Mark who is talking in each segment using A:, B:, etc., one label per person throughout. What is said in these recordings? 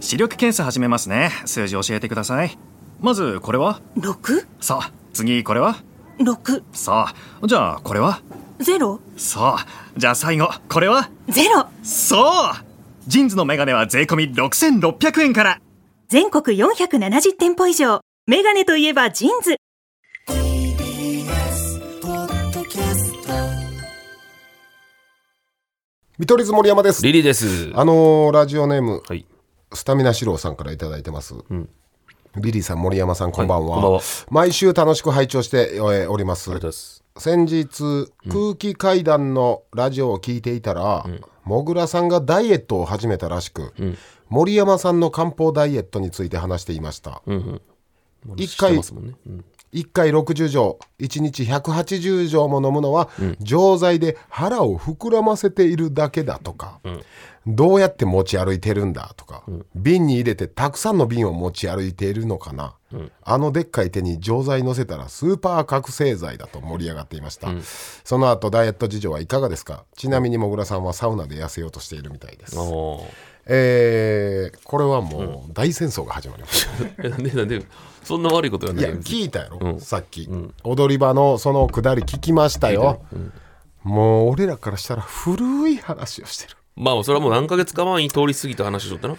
A: 視力検査始めますね数字教えてくださいまずこれは
B: 6?
A: さあ次これは
B: 6
A: さあじゃあこれは
B: ゼロ
A: さあじゃあ最後これは
B: ゼロ
A: そうジンズのメガネは税込み6600円から
B: 全国470店舗以上メガネといえばジーンズ
C: TBS ポッドキャスト
D: 見取り図森山です
E: リリーです。
D: あのーラジオネーム
E: はい。
D: スタミナ四郎さんからいただいてます、リリーさん森山さんこんばんは,、
E: はいこんばんは
D: 毎週楽しく拝聴してえーおります
E: ありがとうございます。
D: 先日空気階段のラジオを聞いていたら、もぐらさんがダイエットを始めたらしく、森山さんの漢方ダイエットについて話していました、一
E: 知って
D: 回
E: ますもんね。うん
D: 一回60錠一日180錠も飲むのは、錠剤で腹を膨らませているだけだとか、どうやって持ち歩いてるんだとか、瓶に入れてたくさんの瓶を持ち歩いているのかな、あのでっかい手に錠剤乗せたらスーパー覚醒剤だと盛り上がっていました、その後ダイエット事情はいかがですかちなみにもぐらさんはサウナで痩せようとしているみたいです、
E: お
D: えーこれはもう大戦争が始まりました
E: ー えなんでなんでそんな悪いことはないい
D: や
E: よ別に
D: 聞いたやろ、さっき、踊り場のそのくだり聞きましたよ、もう俺らからしたら古い話をしてる
E: まあそれはもう何ヶ月か前に通り過ぎた話しとったな。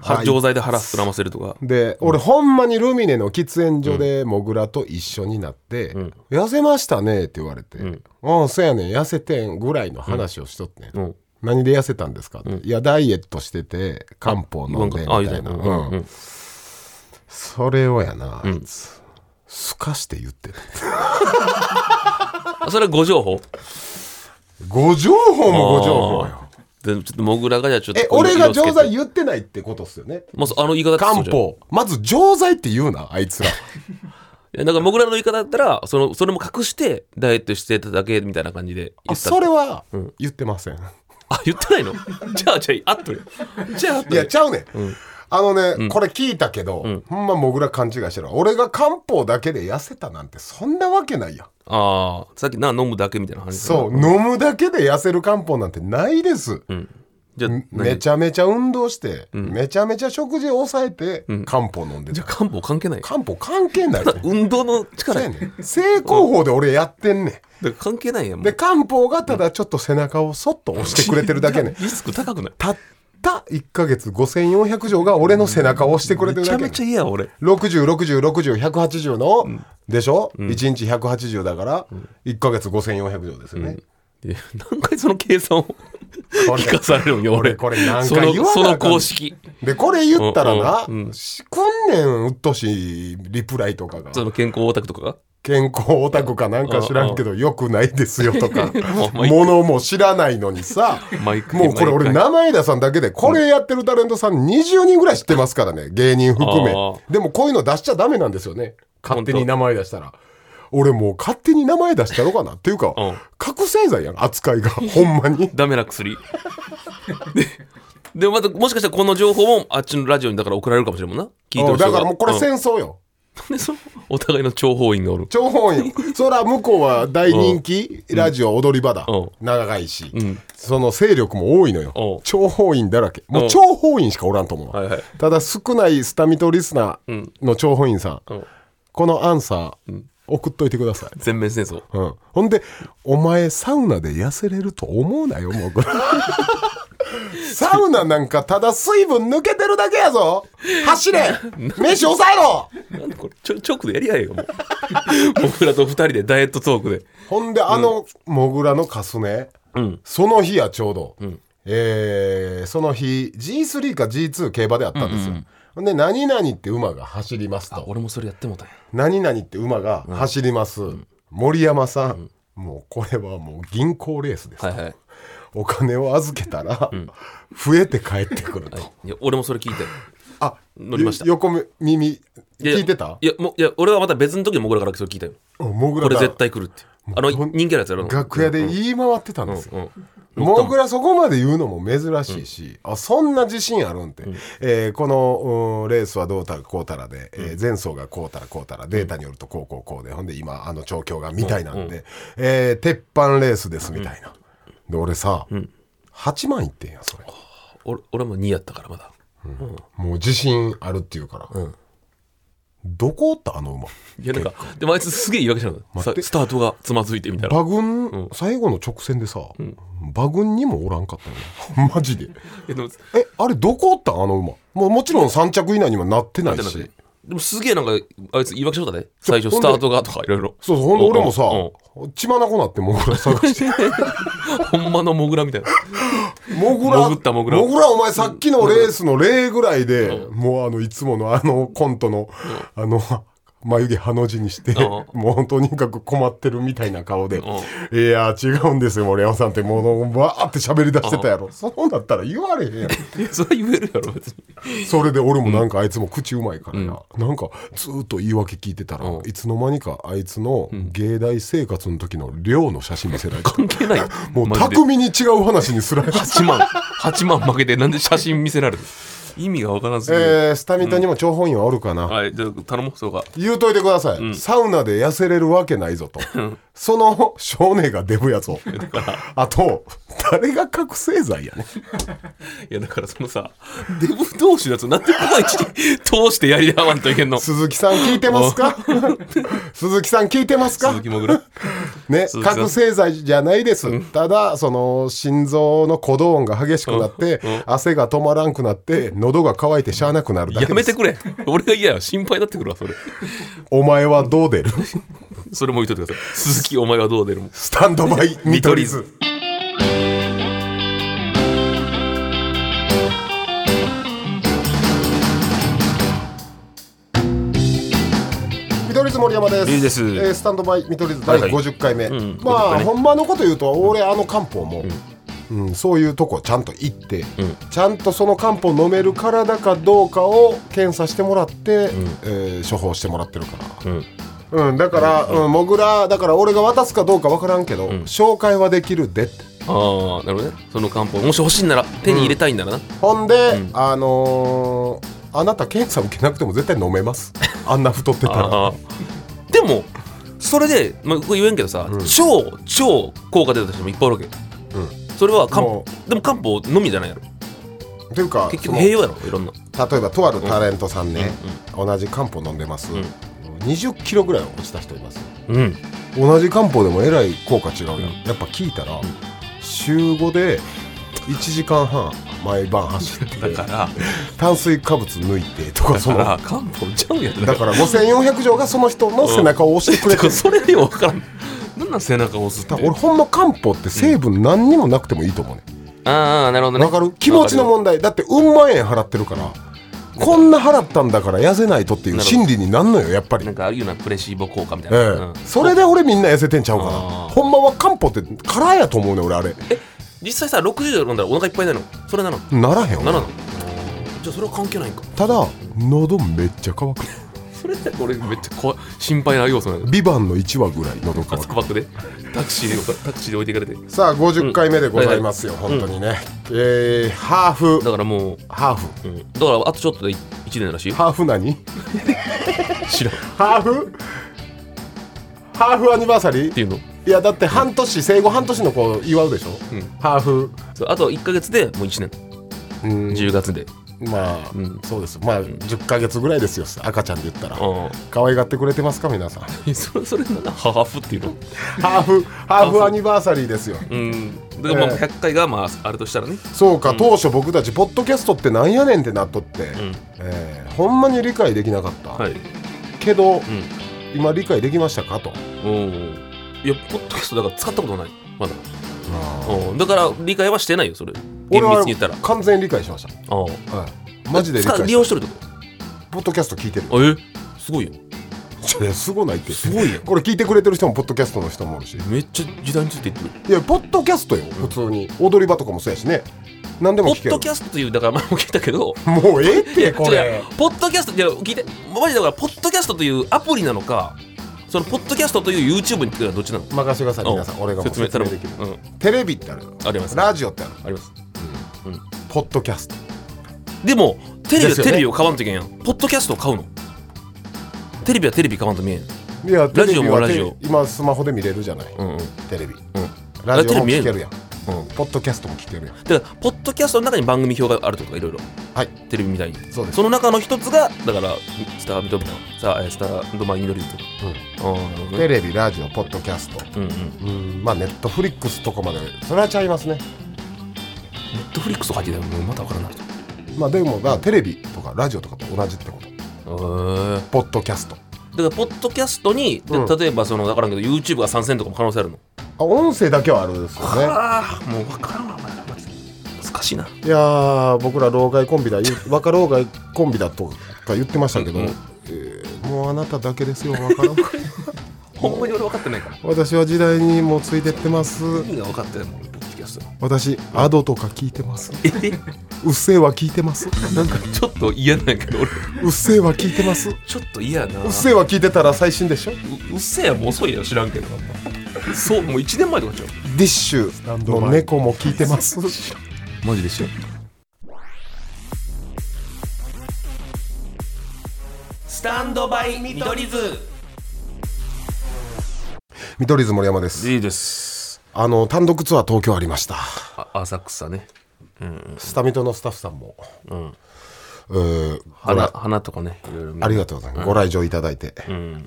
E: は
D: はい
E: 錠剤で腹膨らませるとか。
D: で、俺ほんまにルミネの喫煙所でモグラと一緒になって「痩せましたね」って言われて「うん、そうやねん痩せてん」ぐらいの話をしとってん、
E: うん
D: 何で痩せたんですかって、いやダイエットしてて漢方飲んでみ
E: あ
D: た
E: 言うた
D: い
E: よ
D: な、
E: うん
D: うん
E: うん
D: それをやなあいつ、すかして言ってた
E: あそれはご情報。
D: ご情報もご情報よ
E: あーでちょっとモグラがじゃあちょっと。
D: え、俺が錠剤
E: う。
D: 言ってないってことっすよね。
E: まあそうあの言い方
D: 漢
E: そうじゃん。い
D: 方。まず錠剤って言うな、あいつら。
E: やなんかモグラの言い方だったらそのそれも隠してダイエットしてただけみたいな感じで言
D: あ
E: った。
D: それは言ってません。
E: あ言ってないの？じゃあじゃああっとる。じゃああっ
D: い
E: と
D: や、
E: る。
D: ちゃうねん。あのね、これ聞いたけど、ほんまもぐら勘違いしてるわ。俺が漢方だけで痩せたなんてそんなわけないやん。
E: ああさっきな飲むだけみたいな話。
D: そう、飲むだけで痩せる漢方なんてないです。
E: じゃあ
D: めちゃめちゃ運動して、めちゃめちゃ食事を抑えて、漢方飲んで
E: じゃ
D: る
E: あ。漢方関係ない。
D: 漢方関係ないね ん。
E: 運動の
D: そ
E: 力
D: う
E: や
D: や
E: ね。
D: ねん正攻法で俺やってんねん。
E: だから関係ないやん。もう
D: で漢方がただちょっと背中をそっと押してくれてるだけね
E: リスク高くない。
D: たった1ヶ月5400錠が俺の背中を押してくれて
E: め
D: る
E: ち
D: だ
E: ゃ
D: け、
E: めちゃ嫌や俺。
D: 606060180180の、でしょ、一1日180だから1ヶ月5400錠ですよね、
E: いや何回その計算を
D: これ
E: 聞かされるんよ俺。
D: これこれ何
E: そ
D: 回
E: の
D: 言わなあかん
E: その公式。
D: でこれ言ったらな、
E: うんうんうん
D: しくんねんうっとしいリプライとかが
E: その健康オタクとかが。
D: 健康オタクかなんか知らんけどよくないですよとか
E: もう毎
D: ものも知らないのにさ
E: 毎回
D: もうこれ俺
E: 毎回
D: 名前田さんだけでこれやってるタレントさん20人ぐらい知ってますからね芸人含め
E: あー
D: でもこういうの出しちゃダメなんですよね勝手に名前出したら俺もう勝手に名前出したろかなっていうか
E: うん
D: 覚醒剤やん扱いがほんまに
E: ダメな薬。ででまたもしかしたらこの情報もあっちのラジオにだから送られるかもしれんもんな。聞いて
D: う
E: る
D: んだ
E: 人が
D: からもうこれ
E: ん
D: 戦争よ
E: でそのお互いの諜報員がおる。
D: 張本 よそら向こうは大人気ラジオ踊り場だ
E: うん
D: 長いし
E: ん
D: その勢力も多いの
E: うん
D: よ張本員だらけも
E: う
D: うん張本員しかおらんと思うわ
E: はいはい。
D: ただ少ないスタミトリスナーの諜報員さん、
E: うん
D: このアンサー、送っといてください、
E: 全面戦争。
D: うん、ほんで「お前サウナで痩せれると思うなよもうこ れサウナなんかただ水分抜けてるだけやぞ走 れ飯抑えろ
E: なんでこれちょ直でやり合えよもう。僕らと二人でダイエットトークで。
D: ほんであのモグラのカスね、
E: うん
D: その日やちょうど、えーその日 G3 か G2 競馬であったんですよ、ほんで何々って馬が走りますと
E: 俺もそれやってもうたんや。
D: 何々って馬が走ります、森山さん、もうこれはもう銀行レースですと、
E: はいはい。
D: お金を預けたら、増えて帰ってくると、
E: いや俺もそれ聞いて
D: あ
E: 乗りました
D: よ横耳聞いてた
E: いやもういや俺はまた別の時にモグラからそれ聞いたよ
D: うんモグ
E: こ
D: ラ
E: れ
D: が
E: 絶対来るってあの
D: ほん
E: 人気のやつやろ
D: 楽屋で言い回ってたんですよ、
E: うんうん
D: モグラそこまで言うのも珍しいし、あそんな自信あるんって、えーこのうんレースはどうたらこうたらで、えー前走がこうたらこうたらデータによるとこうこうこうでほんで今あの調教がみたいなんで、えー鉄板レースですみたいな、で俺さ、8万いってんやそれ
E: 俺俺も2やったからまだ
D: もう自信あるっていうから、
E: うん
D: どこおったあの馬
E: いやなんかでもあいつすげえ言い訳じゃん
D: 待
E: さ
D: って
E: スタートがつまずいてみたいな
D: 馬群、
E: うん
D: 最後の直線でさ、馬群にもおらんかったよな マジで
E: えでも
D: えあれどこおったあの馬もうもちろん3着以内にはなってない
E: なんてなん
D: し
E: てでもすげえなんかあいつ言い訳しようだね最初
D: ほ
E: ス
D: んで
E: タートがとかいろいろ
D: そうそうほんで俺もさ
E: うん
D: 血眼なってモグラ探 して
E: ほんまのモグラみたいな
D: モグラ
E: 潜ったモグラ
D: モグラお前さっきのレースの例ぐらいで、もうあのいつものあのコントの、あの眉毛ハの字にして、
E: う
D: もうとにかく困ってるみたいな顔で、
E: う
D: いや違うんですよ森山さんってもうわーって喋り出してたやろ、そうなったら言われへんやん
E: いやそれは言えるやろ別に
D: それで俺もなんかあいつも口うまいからな、なんかずーっと言い訳聞いてたら、
E: うん
D: いつの間にかあいつの芸大生活の時の寮の写真見せ られて
E: 関係ない
D: もう
E: マジで
D: 巧みに違う話にすられて
E: 8万8万負けてなんで写真見せられる意味がわからんすぎる
D: えー、スタミタにも張本員はおるかな、
E: はいじゃあ頼もうそうか
D: 言うといてください、サウナで痩せれるわけないぞとその少年がデブやぞあと誰が覚醒剤やねん
E: いやだからそのさデブ同士のやつなんでこまいち通してやり合わんといけんの
D: 鈴木さん聞いてますか鈴木さん聞いてますか
E: 鈴木もぐら
D: ね、
E: 鈴木さん
D: 覚醒剤じゃないです、ただその心臓の鼓動音が激しくなって、汗が止まらんくなって喉が渇いてしゃあなくなるだけ
E: や
D: です
E: めてくれ俺が嫌や心配になってくるわそれ
D: お前はどう出る
E: それも言っとい てください鈴木お前はどう出るも
D: スタンドバイ見取り図見取り図森山です
E: リュウです
D: えースタンドバイ見取り図
E: はい
D: 第
E: はい
D: 50回目、
E: ん
D: まあ、
E: 50回ね
D: ほんまのこと言うと俺あの漢方も、うんそういうとこちゃんと行って、ちゃんとその漢方飲める体かどうかを検査してもらって、えー処方してもらってるから、
E: うん
D: うん、だから、うん、モグラだから俺が渡すかどうか分からんけど、紹介はできるでって
E: ああなるほどねその漢方もし欲しいなら手に入れたいんならな、
D: ほんで、あのーあなた検査受けなくても絶対飲めます あんな太ってたら
E: あーでもそれで、まあ、これ言えんけどさ、超超効果出た人もいっぱいおるわけ、
D: うん
E: それは漢方
D: も
E: でも漢方のみじゃないやろ
D: というか
E: 結
D: そ
E: 局
D: の
E: 平和やろいろんな
D: 例えばとあるタレントさんね、同じ漢方飲んでます、
E: ん
D: 20キロぐらい落ちた人います
E: うん
D: 同じ漢方でもえらい効果違うやん、やっぱ聞いたら、週5で1時間半毎晩走って
E: だから
D: 炭水化物抜いてとか
E: だ
D: そ
E: か
D: の
E: ら漢方ちゃうやん
D: だから5400条がその人の背中を押してくれ
E: だ
D: て
E: から
D: る、
E: それでわからんなんなん背中を押すって
D: 俺ほんま漢方って成分何にもなくてもいいと思うね
E: ああなるほどね
D: わかる気持ちの問題だってうん万円払ってるからこんな払ったんだから痩せないとっていう心理になんのよやっぱり、
E: な
D: え
E: んかあるようなプレシーボ効果みたい
D: え
E: な、うん
D: それで俺みんな痩せてんちゃうかな
E: あー
D: ほんまは漢方って辛いやと思うね俺あれ
E: 実際さ60度飲んだらお腹いっぱいになるのそれなの
D: ならへん
E: な
D: わ
E: らのじゃあそれは関係ないんか
D: ただ喉めっちゃ乾く
E: それって俺めっちゃ怖い心配な要素なんだ
D: 「ビバンの1話ぐらい喉乾く
E: 砂漠でタクシーでタクシーで置いていかれて
D: さあ50回目でございますよ、本当にね、えー、ハーフ
E: だからもう
D: ハーフ
E: うんだからあとちょっとで1年らしいよ
D: ハーフ何
E: 知らんっ
D: ハーフハーフアニバーサリ
E: て
D: ー
E: いうの
D: いやだって半年生後半年の子祝うでしょ、
E: ん
D: ハーフ
E: そうあと1か月でもう1年
D: うん
E: 10月で
D: まあ、
E: ん
D: そうですまあ10ヶ月ぐらいですよ赤ちゃんで言ったら、
E: あ
D: 可愛がってくれてますか皆さん
E: あそれそれなんだハーフっていうの
D: ハーフハーフアニバーサリーですよ
E: うんだからま
D: ええ
E: あ100回がまああれとしたらね
D: そうか、当初僕たちポッドキャストってなんやねんってなっとって、
E: ん
D: えーほんまに理解できなかった、
E: はい
D: けど、
E: ん
D: 今理解できましたかと
E: おーいやポッドキャストだから使ったことないまだうんだから理解はしてないよそれ厳密に言ったら
D: 完全に理解しまし
E: ああ
D: た、はいマジで理解
E: 使利
D: し
E: 用
D: た
E: してるってこ
D: ポッドキャスト聞いてる
E: とえすごいよ
D: いやすごないって
E: すごいよ
D: これ聞いてくれてる人もポッドキャストの人もおるし
E: めっちゃ時代についていってる
D: いやポッドキャストよ普通に踊り場とかもそうやしね何で
E: ポ
D: も聞け
E: ッ
D: る
E: ドキャストというだから前も聞いたけど
D: もうええっ
E: い
D: て
E: や
D: こ
E: ちょっとい
D: れ
E: やポッドキャストいや聞いてマジだからポッドキャストというアプリなのかそのポッドキャストという YouTube にっていうのはどっちなの
D: 任せてください皆さ
E: うん
D: 俺がもう説明できる
E: それもうん
D: テレビってあるの
E: あります
D: ラジオってあるの
E: あります
D: ポッドキャスト
E: でもテレ
D: で
E: ビは
D: すよね
E: テレビを買わんといけんやんポッドキャストを買うのテレビはテレビ買わんと見えん
D: いや
E: ラジ
D: テレ
E: オも
D: ビは
E: ラジオ
D: テレビ今スマホで見れるじゃない
E: うんうん
D: テレビ
E: うん
D: ラジオも
E: テレビ見え
D: 聞
E: る
D: けるやんうん、ポッドキャストも聞けるやん
E: だからポッドキャストの中に番組表があるとかいろいろ
D: はい
E: テレビみたいに
D: そうです
E: その中の一つがだからスターミドビタさあえースタードマイミドリズとかあーなるほど
D: テ
E: ね
D: レビラジオポッドキャスト
E: うんうんネ
D: うんまあネットフリックスとかまでそれはちゃいますね
E: ットフリックスとか入ってたらもうまたわからないへ
D: まあでもまあテレビとかラジオとかと同じってこと
E: ー
D: ポッドキャスト
E: だからポッドキャストにで
D: うん
E: 例えばそのだからんけど YouTube が参戦とかも可能性あるの
D: あ音声だけはあるんですよね
E: ああもう分からんわお前マジで難しいない
D: やー僕ら老害コンビだ言う若老害コンビだとか言ってましたけど、
E: うん
D: えーもうあなただけですよわからん
E: ほんまに俺分かってないから
D: 私は時代にもうついてってます
E: 意味が分かってないもんポッドキャストの
D: 私アドとか聞いてます
E: え
D: うっせぇは聞いてます
E: なんかちょっと嫌なんやけど俺
D: うっせぇは聞いてますう
E: ちょっと嫌やな
D: っせぇは聞いてたら最新でしょデ
E: ううっせえやもう遅いやろ知らんけどそうもう1年前とかちゃう
D: ィッシュの猫も聞いて ます
E: マジでしょスタンドバイ見取り図
D: 見取り図森山です
E: いいです
D: あの単独ツアー東京ありました
E: あ浅草ね
D: スタミトのスタッフさんも、
E: ん
D: うーご
E: 花
D: 来
E: 花とかねいろいろ見
D: ありがとうございますご来場いただいて、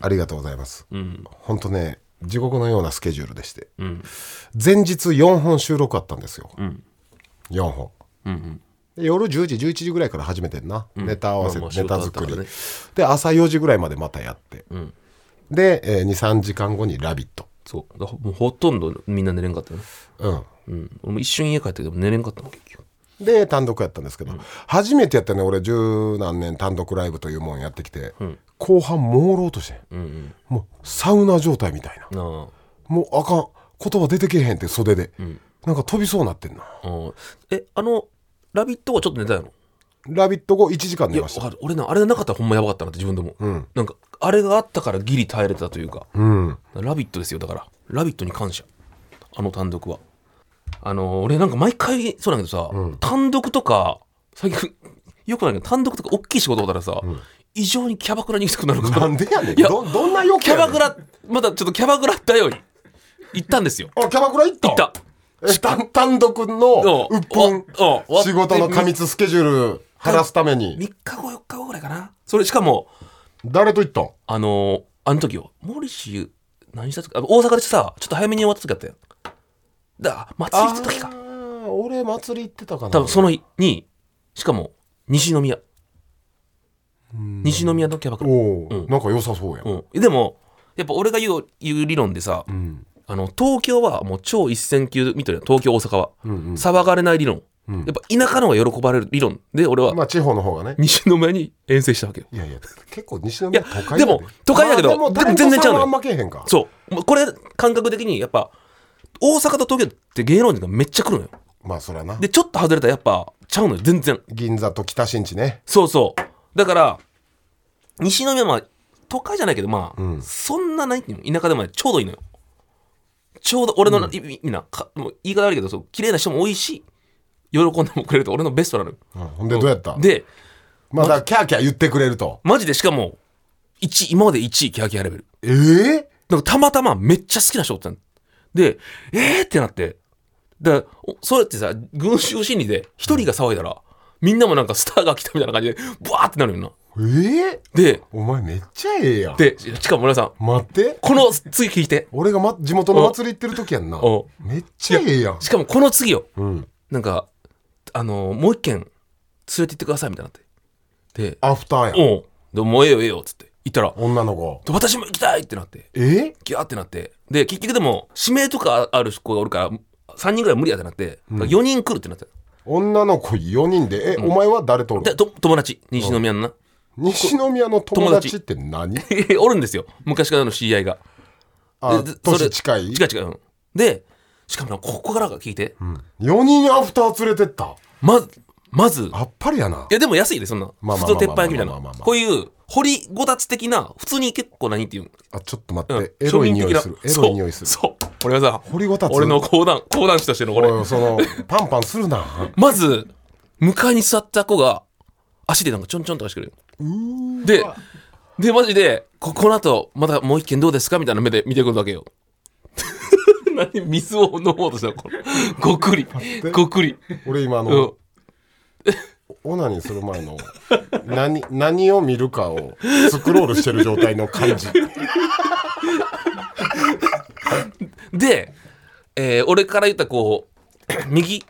D: ありがとうございます、
E: ん
D: 本当ね地獄のようなスケジュールでして、
E: ん
D: 前日4本収録あったんですよ、
E: ん
D: 4本
E: うんうん
D: で夜10時11時ぐらいから始めてんな、ネタ合わせ、
E: まあまあ
D: ネタ作
E: 仕事だったか
D: り、
E: らね
D: で朝4時ぐらいまでまたやって、
E: ん
D: で、え23時間後に「ラビット!
E: そうだからもうほとんどみんな寝れんかったね」
D: うん
E: うん俺も一瞬家帰ったけど寝れんかったの結局
D: で単独やったんですけど、初めてやったね俺十何年単独ライブというもんやってきて、後半朦朧として、
E: うん
D: もうサウナ状態みたいな
E: うんな
D: もうあかん言葉出てけへんって袖で、なんか飛びそうなってんな
E: あうんえあの「ラビット!」はちょっと寝たやろ
D: 「ラビット!」後1時間
E: い
D: 寝
E: や
D: まし
E: わ
D: た
E: かる俺なあれなかったらほんまやばかったなって自分でも、
D: ん
E: なんかあれがあったからギリ耐えれたというか
D: うん
E: 「ラビット!」ですよだから「ラビット!」に感謝あの単独はあのー俺なんか毎回そうなんだけどさ、単独とか最近 よくないけど単独とか大きい仕事だったらさ、異常にキャバクラに行きたくなるから
D: なんでやねん
E: いや
D: どどんな余
E: キ
D: 計
E: ャバクラまだちょっとキャバクラ頼り行ったんですよ
D: あキャバクラ行った
E: 行った
D: え単単独の
E: うん
D: うっぷん
E: おお
D: 仕事の過密スケジュール晴らすために
E: 3日後4日後ぐらいかなそれしかも
D: 誰と行ったん
E: あのーあの時よ、モリシー、何した時あ大阪でさ、ちょっと早めに終わった時あったよ。だ、祭り行った時か。
D: ー俺祭り行ってたかな
E: 多分その日に、しかも、西宮。西宮のキャバクラ。
D: おお、
E: うん
D: なんか良さそうやん、
E: うん。でも、やっぱ俺が言う言う理論でさ、
D: ん
E: あの、東京はもう超一線級みたいな、東京、大阪は。騒がれない理論。やっぱ田舎の方が喜ばれる理論で、俺は
D: まあ地方の方がね
E: 西宮に遠征したわけよ。
D: いやいや結構西宮都会や
E: いやでも都会やけど
D: まあでも
E: でも全然ちゃ
D: タレントさ
E: うのよ
D: んはあんまけえへんか
E: そう。まあこれ、感覚的に、やっぱ、大阪と東京って芸能人がめっちゃ来るのよ。
D: まあそらな
E: で、ちょっと外れたらやっぱ、ちゃうのよ、全然。
D: 銀座と北新地ね
E: そうそう。だから、西宮は、都会じゃないけど、まあ、
D: うん
E: そんなないっていうの田舎でもないちょうどいいのよ。ちょうど俺の、いみんな、かもう言い方悪いけど、そう綺麗な人も多いし、喜んでもくれると俺のベストなのよ。
D: うんほんでどうやった
E: で、
D: まあだからキャーキャー言ってくれると
E: マジでしかも、1位、今まで1位キャーキャーレベル。
D: ええ
E: なんかたまたまめっちゃ好きな人おったんで、えーってなって。だからおそうやってさ、群衆心理で一人が騒いだら、みんなもなんかスターが来たみたいな感じで、ブワーってなるよな。
D: ええ
E: で、
D: お前めっちゃええやん
E: で、しかも村さん、
D: 待って
E: この次聞いて。
D: 俺が、ま、地元の祭り行ってる時やんな
E: お
D: めっちゃええやん
E: しかもこの次よ。
D: うん
E: なんか、あのーもう一軒連れて行ってくださいみたいになって。で、
D: アフターやん
E: おうでもうええよええよっつって行ったら、
D: 女の子
E: で私も行きたいってなって、
D: え
E: ギャーってなって。で、結局でも、指名とかある子がおるから、3人ぐらい無理やってなって、4人来るってなって。
D: 女の子4人でえ、お前は誰とお
E: で
D: る
E: と友達西宮のな、
D: 西宮の友達って何
E: おるんですよ昔からの知り合いが
D: あ
E: ででそれ
D: 年近い
E: 近い近い、うん、でしかもなここからが聞いて、
D: 4人アフター連れてった
E: まずまずい
D: あっぱれやな
E: やでも安いでそんな
D: まあまあ
E: 普通の鉄板焼きみたい
D: まあまあまあまあま
E: な
D: あまあ
E: こういう掘りごたつ的な普通に結構何っていう、
D: あちょっと待
E: う
D: っ
E: ん
D: て、エロい匂い
E: 庶
D: する
E: 民
D: エ
E: 的な
D: ロい匂いする
E: そうそう俺はさ
D: 掘りごたつ
E: 俺の講談講談師としての
D: お
E: 俺
D: いそのパンパンするな
E: まず向かいに座った子が足でなんかちょんちょんとかしてくれる
D: う
E: で、で、マジで、こ、この後、ま だもう一件どうですかみたいな目で見てくるわけよ。何水を飲もうとしたのこのごくりごくり
D: 俺今あ
E: う
D: の
E: ん
D: オナニーする前の 何何を見るかをスクロールしてる状態の感 じ
E: で、えー俺から言ったらこう 右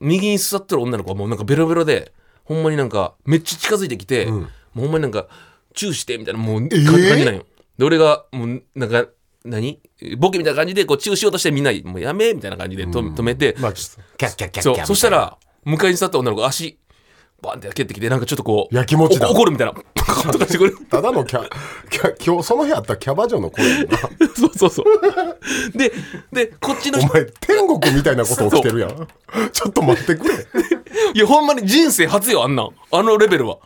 E: 右に座ってる女の子はもうなんかベロベロでほんまになんかめっちゃ近づいてきて、もうほんまになんかチューしてみたいなもう感じ感じなんよ、で俺がもうなんか何ボケみたいな感じでこうチューしようとしてみんなもうやめみたいな感じでと止めて、
D: まあちょっとキャッキャッキャッキャッ
E: そう
D: みたいな
E: そしたら向かいに座った女の子が足バンって蹴ってきてなんかちょっとこう
D: やきもちだ
E: お怒るみたいなパカッとかしてくれる
D: ただのキャキャ今日その日あったキャバ嬢の声やな
E: そうそうそうででこっちの
D: お
E: 人
D: 前天国みたいなこと起きてるやんちょっと待ってく れ
E: いや、ほんまに人生初よ、あんなん。あのレベルは。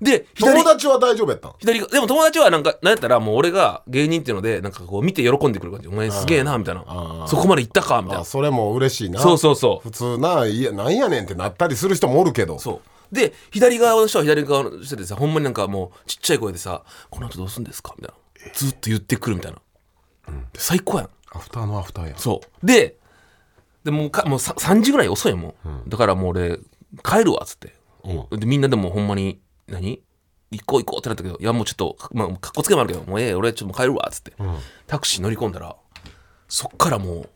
E: で、左
D: 友、達は大丈夫やったん
E: 左が、でも友達はなんか、なんやったらもう俺が芸人っていうので、なんかこう見て喜んでくる感じ。お前すげえな、みたいな
D: あ。
E: そこまで行ったか、みたい
D: あ
E: な。
D: それも嬉しいな
E: そうそうそう
D: 普通ないやなんやねんってなったりする人もおるけど
E: そう。で、左側の人は左側の人でさ、ほんまになんかもうちっちゃい声でさ、この後どうすんですかみたいな。ずっと言ってくるみたいな。で最高やん。
D: アフターのアフターやん
E: そう。で、でもうかもうさ3時ぐらい遅いよもう、だからもう俺、帰るわ、っつって。で、みんなでもほんまに、何行こう行こうってなったけど、いやもうちょっと、まあ、かっこつけもあるけど、もうええ、俺ちょっともう帰るわ、っつって、タクシー乗り込んだら、そっからもう、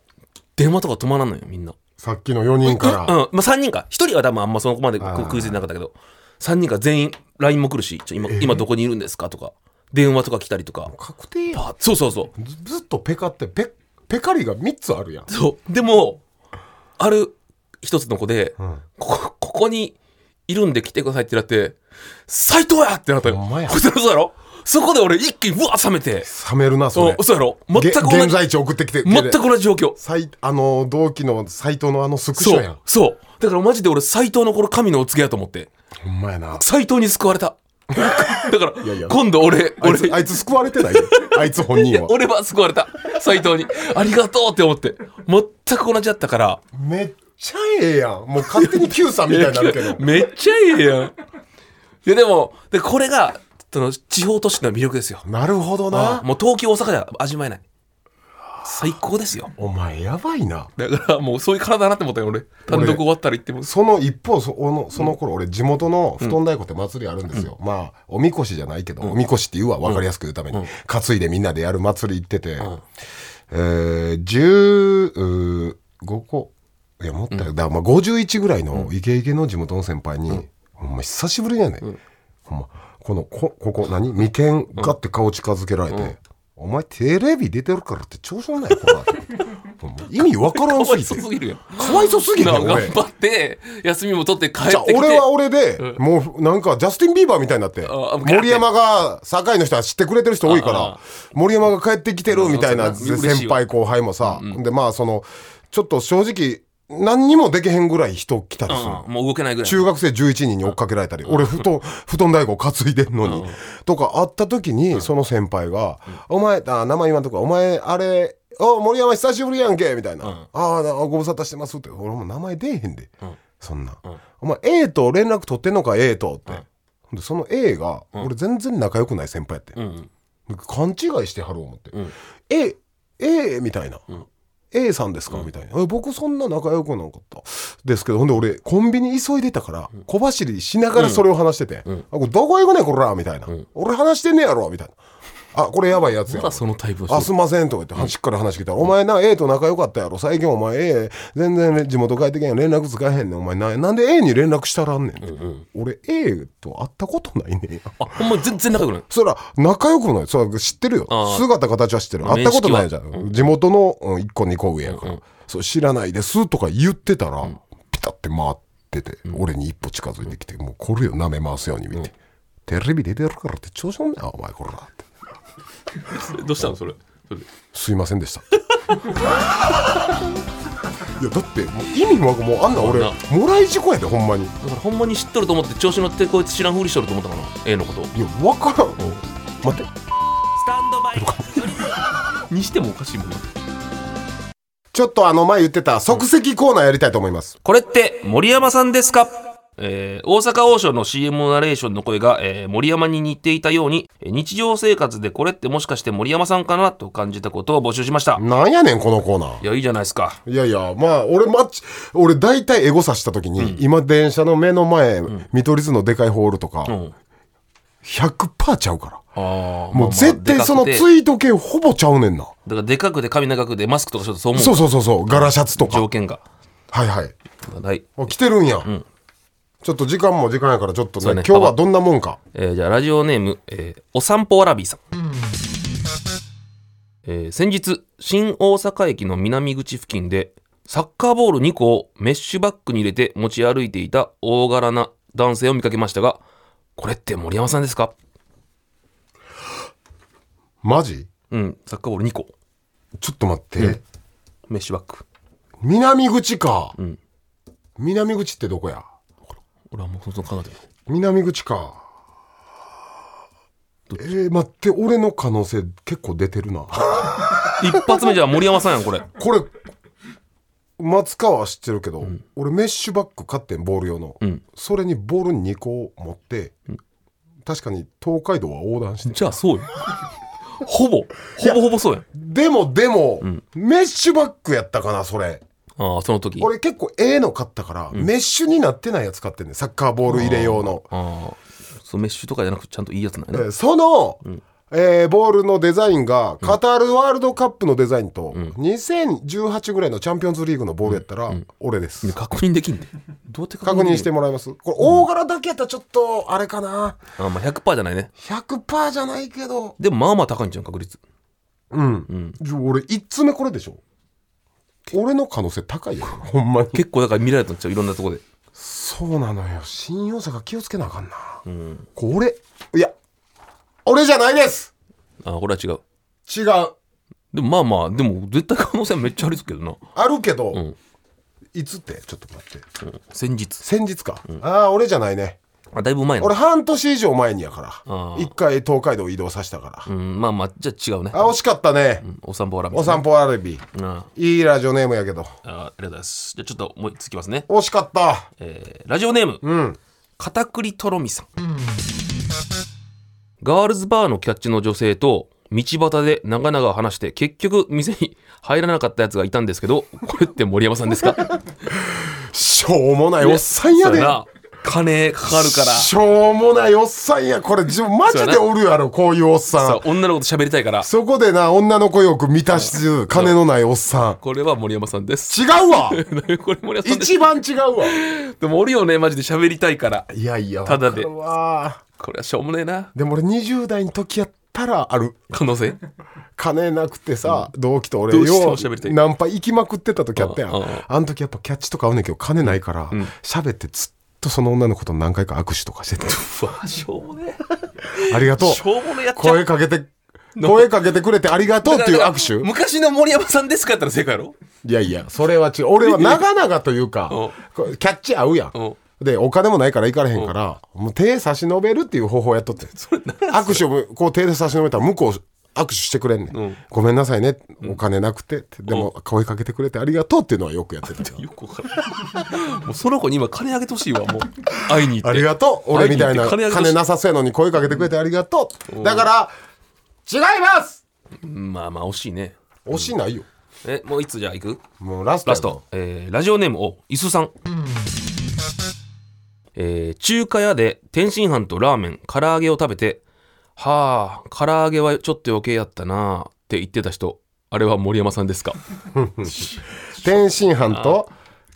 E: 電話とか止まらんのよ、みんな。
D: さっきの4人から、
E: うん、まあ、3人か1人は多分あんまそこまでこう食いついてなかったけど3人か全員 LINE も来るしちょ今,、今どこにいるんですか?」とか電話とか来たりとか
D: 確定やん
E: あそうそうそう
D: ずずっとペカってペペカリが3つあるやん
E: そうでもある一つの子で、
D: ん
E: ここここにいるんで来てください」ってなって「斎藤や!」ってなったよ
D: ほんまや
E: こいつら嘘やろそこで俺一気にうわ冷めて
D: 冷めるなそれ
E: うん嘘やろ全
D: げ
E: く同じ
D: 現在地送ってきて
E: 全く同じ状況
D: さいあの同期の斎藤のあのスクシ
E: そ
D: ョや
E: うんそうだからマジで俺斎藤のこの神のお告げやと思って
D: ほんまやな
E: 斎藤に救われた だから
D: いやいや
E: 今度俺
D: あいつ
E: 俺
D: あいつ救われて ないよあいつ本
E: い
D: 人
E: や
D: は
E: 俺は救われた斎藤にありがとうって思って全く同じだったから
D: めっちゃええやんもう勝手に Q さんみたいになるけど
E: めっちゃええやんいやでもでこれがその地方都市の魅力ですよ
D: なるほどな
E: もう東京大阪じゃ味わえない最高ですよ
D: お前やばいな
E: だからもうそういう体だなって思ったよ俺単独終わったら行っても
D: その一方そおのその頃俺地元の布団太鼓って祭りあるんですよ、まあおみこしじゃないけど、おみこしって言うわ分かりやすく言うために、担いでみんなでやる祭り行ってて、えー、15個いやもったよ、だからまあ51ぐらいのイケイケの地元の先輩に、ほんま久しぶりやね、んほんまこのこここ何眉間ガって顔近づけられて、お前テレビ出てるからって調子乗んないよこら ほんま意味わからん
E: か
D: す
E: わい
D: ぎ
E: そ
D: て
E: すぎるやん
D: かわいそすぎる
E: な
D: よ
E: 頑
D: 俺
E: 張って休みも取って帰って
D: じゃあ
E: きて
D: 俺は俺で、もうなんかジャスティン・ビーバーみたいになって
E: ああ
D: 森山が堺の人は知ってくれてる人多いか
E: ああ
D: ら森山が帰ってきてるみたいな
E: うんそうそう嬉しい
D: 先
E: よ
D: 輩後輩もさ、でまあそのちょっと正直何にもできへんぐらい人来たりする、
E: うん、もう動けないぐらい
D: 中学生11人に追っかけられたり、俺布団、布団大鼓担いでんのに、とかあった時に、その先輩が、お前、あ、名前言わんとこ、お前、あれ、お森山久しぶりやんけ、みたいな。ああ、ご無沙汰してますって、俺も名前出えへんで、そんな。お前、A と連絡取ってんのか、A とって。で、その A が、俺全然仲良くない先輩やって。
E: うん
D: 勘違いしてはる思って、ええみたいな、A さんですか、みたいなえ僕そんな仲良くなかったですけどほんで俺コンビニ急いでたから小走りしながらそれを話してて「あこれどこ行くねんこら」みたいな、俺話してんねやろ」みたいな「あこれやばいやつや」
E: まだそのタイプの人
D: あすんませんとか言ってしっかり話聞いたら「お前な A と仲良かったやろ最近お前 A 全然地元帰ってけんやん連絡使えへんねんお前ななんで A に連絡したらんねん」って、俺 A と会ったことないねんや
E: あほんまに全然仲良くない
D: そら仲良くもないそら知ってるよ
E: あー
D: 姿形は知ってる
E: 面
D: 会
E: 識
D: っ
E: は
D: たことないじゃん、地元の1個2個上やから、そう知らないですとか言ってたら、ピタって回ってて、俺に一歩近づいてきて、もうこれを舐め回すように見て、テレビ出てるからって調子乗んなよお前こらって
E: どうしたのそれそれ
D: すいませんで したいやだってもう意味ももうあんな俺
E: あん
D: もらい事故やでほんまにい
E: だからほんまに知っとると思って調子乗ってこいつ知らんふりしとると思ったかな A のことス
D: や分からん、待って
E: タンドバイにしてもおかしいもんな
D: ちょっとあの前言ってた即席コーナーやりたいと思います
E: これって森山さんですかえー大阪王将の CM のナレーションの声が、えー森山に似ていたように、えー日常生活でこれってもしかして森山さんかなと感じたことを募集しました。
D: なんやねんこのコーナー
E: いや、いいじゃないですか。
D: いやいや、まあ、俺、マッチ、俺、大体エゴサした時に、今、電車の目の前、見取り図のでかいホールとか、
E: ん
D: 100%ちゃうから。
E: あ
D: もう絶対そのツ
E: い
D: イート系ほぼちゃうねんな。
E: だからでかくて髪長くてマスクとかちょっとそう思う
D: そうそうそうそう、柄シャツとか
E: 条。件が
D: はいはい。
E: はい、
D: あ来てるんや、ちょっと時間も時間やから、ちょっと
E: そ
D: ね
E: うね
D: 今日はどんなもんか。
E: えーじゃあラジオネーム、えーお散歩わらびさん、えー先日新大阪駅の南口付近でサッカーボール2個をメッシュバッグに入れて持ち歩いていた大柄な男性を見かけましたがこれって森山さんですか
D: マジ
E: うんサッカーボール2個
D: ちょっと待って。
E: メッシュバッグ
D: 南口か、
E: ん
D: 南口ってどこや
E: 俺はもうその考えてる
D: 南口か。えー、待って、俺の可能性結構出てるな。
E: 一発目じゃあ森山さんやんこれ
D: これ松川は知ってるけど、俺メッシュバッグ買ってんボール用の、
E: うん
D: それにボール2個持って、確かに東海道は横断してる
E: じゃあそうよほぼほぼほぼそうやん
D: でもでも、メッシュバッグやったかなそれ
E: ああその時
D: 俺結構ええの買ったから、メッシュになってないやつ買ってんねんサッカーボール入れ用の、
E: ああそうメッシュとかじゃなくちゃんといいやつなんやね
D: でその、えーボールのデザインがカタールワールドカップのデザインと、2018ぐらいのチャンピオンズリーグのボールやったら、俺です、
E: 確認できんでどうやって
D: 確認して
E: も
D: もらいますこれ大柄だけやったらちょっとあれかな
E: あ、まあ、100%じゃないね
D: 100%じゃないけど
E: でもまあまあ高いんじゃん確率
D: うん、じゃあ俺1つ目これでしょ俺の可能性高いよ ほんまに
E: 結構だから見られたんちゃういろんなとこで
D: そうなのよ信用者が気をつけなあかんな、これいや俺じゃないです
E: あこれは違う
D: 違う
E: でもまあまあでも絶対可能性はめっちゃありですけどな、
D: あるけど、
E: ん
D: いつってちょっと待って
E: うん、先日
D: 先日か、ああ俺じゃないね
E: あだいぶ前の
D: 俺半年以上前にやから
E: あー
D: 一回東海道移動させたから、
E: うんまあまあじゃあ違うね
D: あ惜しかったね、
E: うんお散歩ラビ
D: お散
E: 歩
D: 歩アレビ
E: あ
D: いいラジオネームやけど
E: あありがとうございますじゃあちょっともうつきますね、
D: 惜しかった
E: えーラジオネーム、
D: うん
E: 片栗とろみさん、ガールズバーのキャッチの女性と道端で長々話して結局店に入らなかったやつがいたんですけどこれって森山さんですか
D: しょうもないおっさんやで
E: そうな金かかるから
D: しょうもないおっさんやこれじマジでおるやろこういうおっさ
E: そ
D: ん
E: う女の子と喋りたいから
D: そこでな女の子欲満たしつつ金のないおっさん
E: これは森山さんです
D: 違う わ
E: これ森山さんです
D: 一番違うわ
E: でもおるよねマジで喋りたいから
D: いやいや
E: ただで
D: わかるわ
E: これはしょうもねえな
D: でも俺20代の時やったらある
E: 可能性
D: 金なくてさ、同期と俺
E: どうして
D: よ
E: も喋りたい
D: ナンパ行きまくってた時あったやん
E: うんうん
D: あの時やっぱキャッチとか合うねんけど金ないから喋、ってずっとその女の子と何回か握手とかしてて
E: うわしょうもね
D: ありが
E: え
D: とう
E: しょうもねえやっちゃ
D: 声かけて声かけてくれてありがとうっていう握手
E: 昔の森山さんですかやったら正解やろ
D: いやいや、それは違う。俺は長々というか、
E: うん
D: こうキャッチ合うやん
E: う。
D: で、お金もないから行かれへんから、もう手差し伸べるっていう方法やっとって。握手をこう手で差し伸べたら向こう握手してくれんねん。
E: うん
D: ごめんなさいね、お金なくてって。でも、声かけてくれてありがとうっていうのはよくやってた。
E: よくわからないもうその子に今金あげてほしいわもう会いに行って
D: ありがとう俺みたいな
E: 会に行って金あげてほし
D: 金なさそうやのに声かけてくれてありがとうだから、違います
E: うんまあまあ惜しいね
D: 惜しないよ。
E: えもういつじゃあ行く
D: もうラストや
E: ラスト、えーラジオネームをいすさん、えー中華屋で天津飯とラーメン唐揚げを食べて「はあ唐揚げはちょっと余計やったな」って言ってた人あれは森山さんですか、
D: 天津飯と、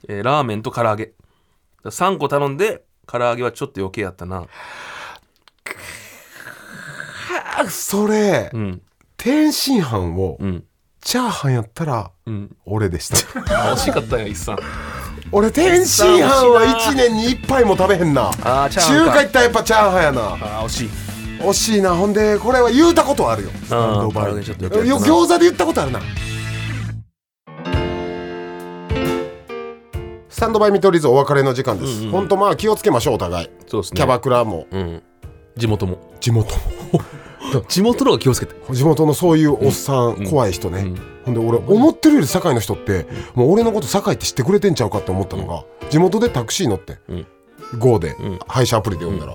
E: えーラーメンと唐揚げ3個頼んで唐揚げはちょっと余計やったな
D: あそれ、
E: うん
D: 天津飯を、
E: うん
D: チャーハンやったら、
E: うん
D: 俺で した。
E: あ惜しかったよいすさん
D: 俺天津飯は1年に1杯 も食べへんな。
E: あーチャーハン
D: 中
E: か
D: 華行ったらやっぱチャーハンやな。
E: あ惜しい
D: 惜しいな。ほんでこれは言うたことあるよ。スタンドバイ
E: あーちょっとやってや
D: よ
E: ったな
D: 餃子で言ったことあるな。スタンドバイ見取り図お別れの時間です。ほんとまあ気をつけましょうお互い。
E: そうですね
D: キャバクラも
E: うん地元も
D: 地元も。
E: 地元の方が気をつけて
D: 地元のそういうおっさん、怖い人ね、ほんで俺思ってるより堺の人って、もう俺のこと堺って知ってくれてんちゃうかって思ったのが、地元でタクシー乗って、
E: ん
D: Go で、配車アプリで読んだら、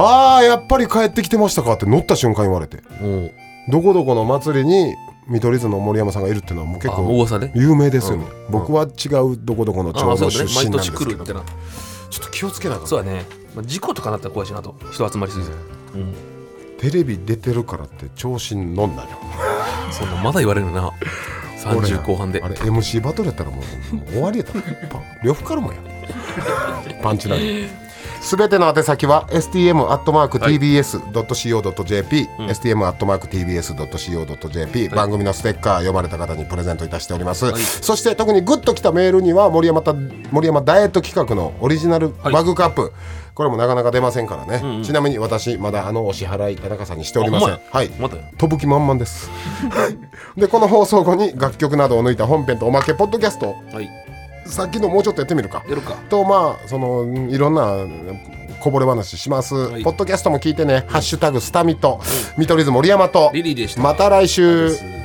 D: ああやっぱり帰ってきてましたかって乗った瞬間言われて
E: おう
D: どこどこの祭りに見取り図の森山さんがいるっていうのはもう結
E: あもう
D: 構
E: 噂ね
D: 有名ですよね、僕は違うどこどこの
E: あ
D: 町
E: そ
D: の
E: うだ
D: 出
E: ね毎
D: 身なんです
E: 年来
D: け
E: る
D: ど
E: みたいな
D: ちょっと気をつけなあかった
E: そうだね、まあ、事故とかなったら怖いしなと人集まりすぎて、うん、
D: テレビ出てるからって調子に乗んなよ
E: そんなまだ言われるな30後半で
D: あれ MC バトルやったらもうもう終わり やったらパン両方からもやパンチラインすべての宛先は stm.tbs.co.jp、stm.tbs.co.jp、番組のステッカー読まれた方にプレゼントいたしております、
E: い
D: そして特にグッときたメールには森山た森山ダイエット企画のオリジナル
E: い
D: マグカップ、これもなかなか出ませんからね、ちなみに私まだあのお支払い田中さんにしておりません
E: あほんまや
D: はい
E: まだや
D: 飛ぶ気満々ですでこの放送後に楽曲などを抜いた本編とおまけポッドキャスト
E: はい
D: さっきのもうちょっとやってみるか
E: やるか
D: とまあそのんいろんなこぼれ話します、
E: い
D: ポッドキャストも聞いてね「ハッシュタグスタミと」見取り図森山と
E: リリーでした
D: また来週
E: です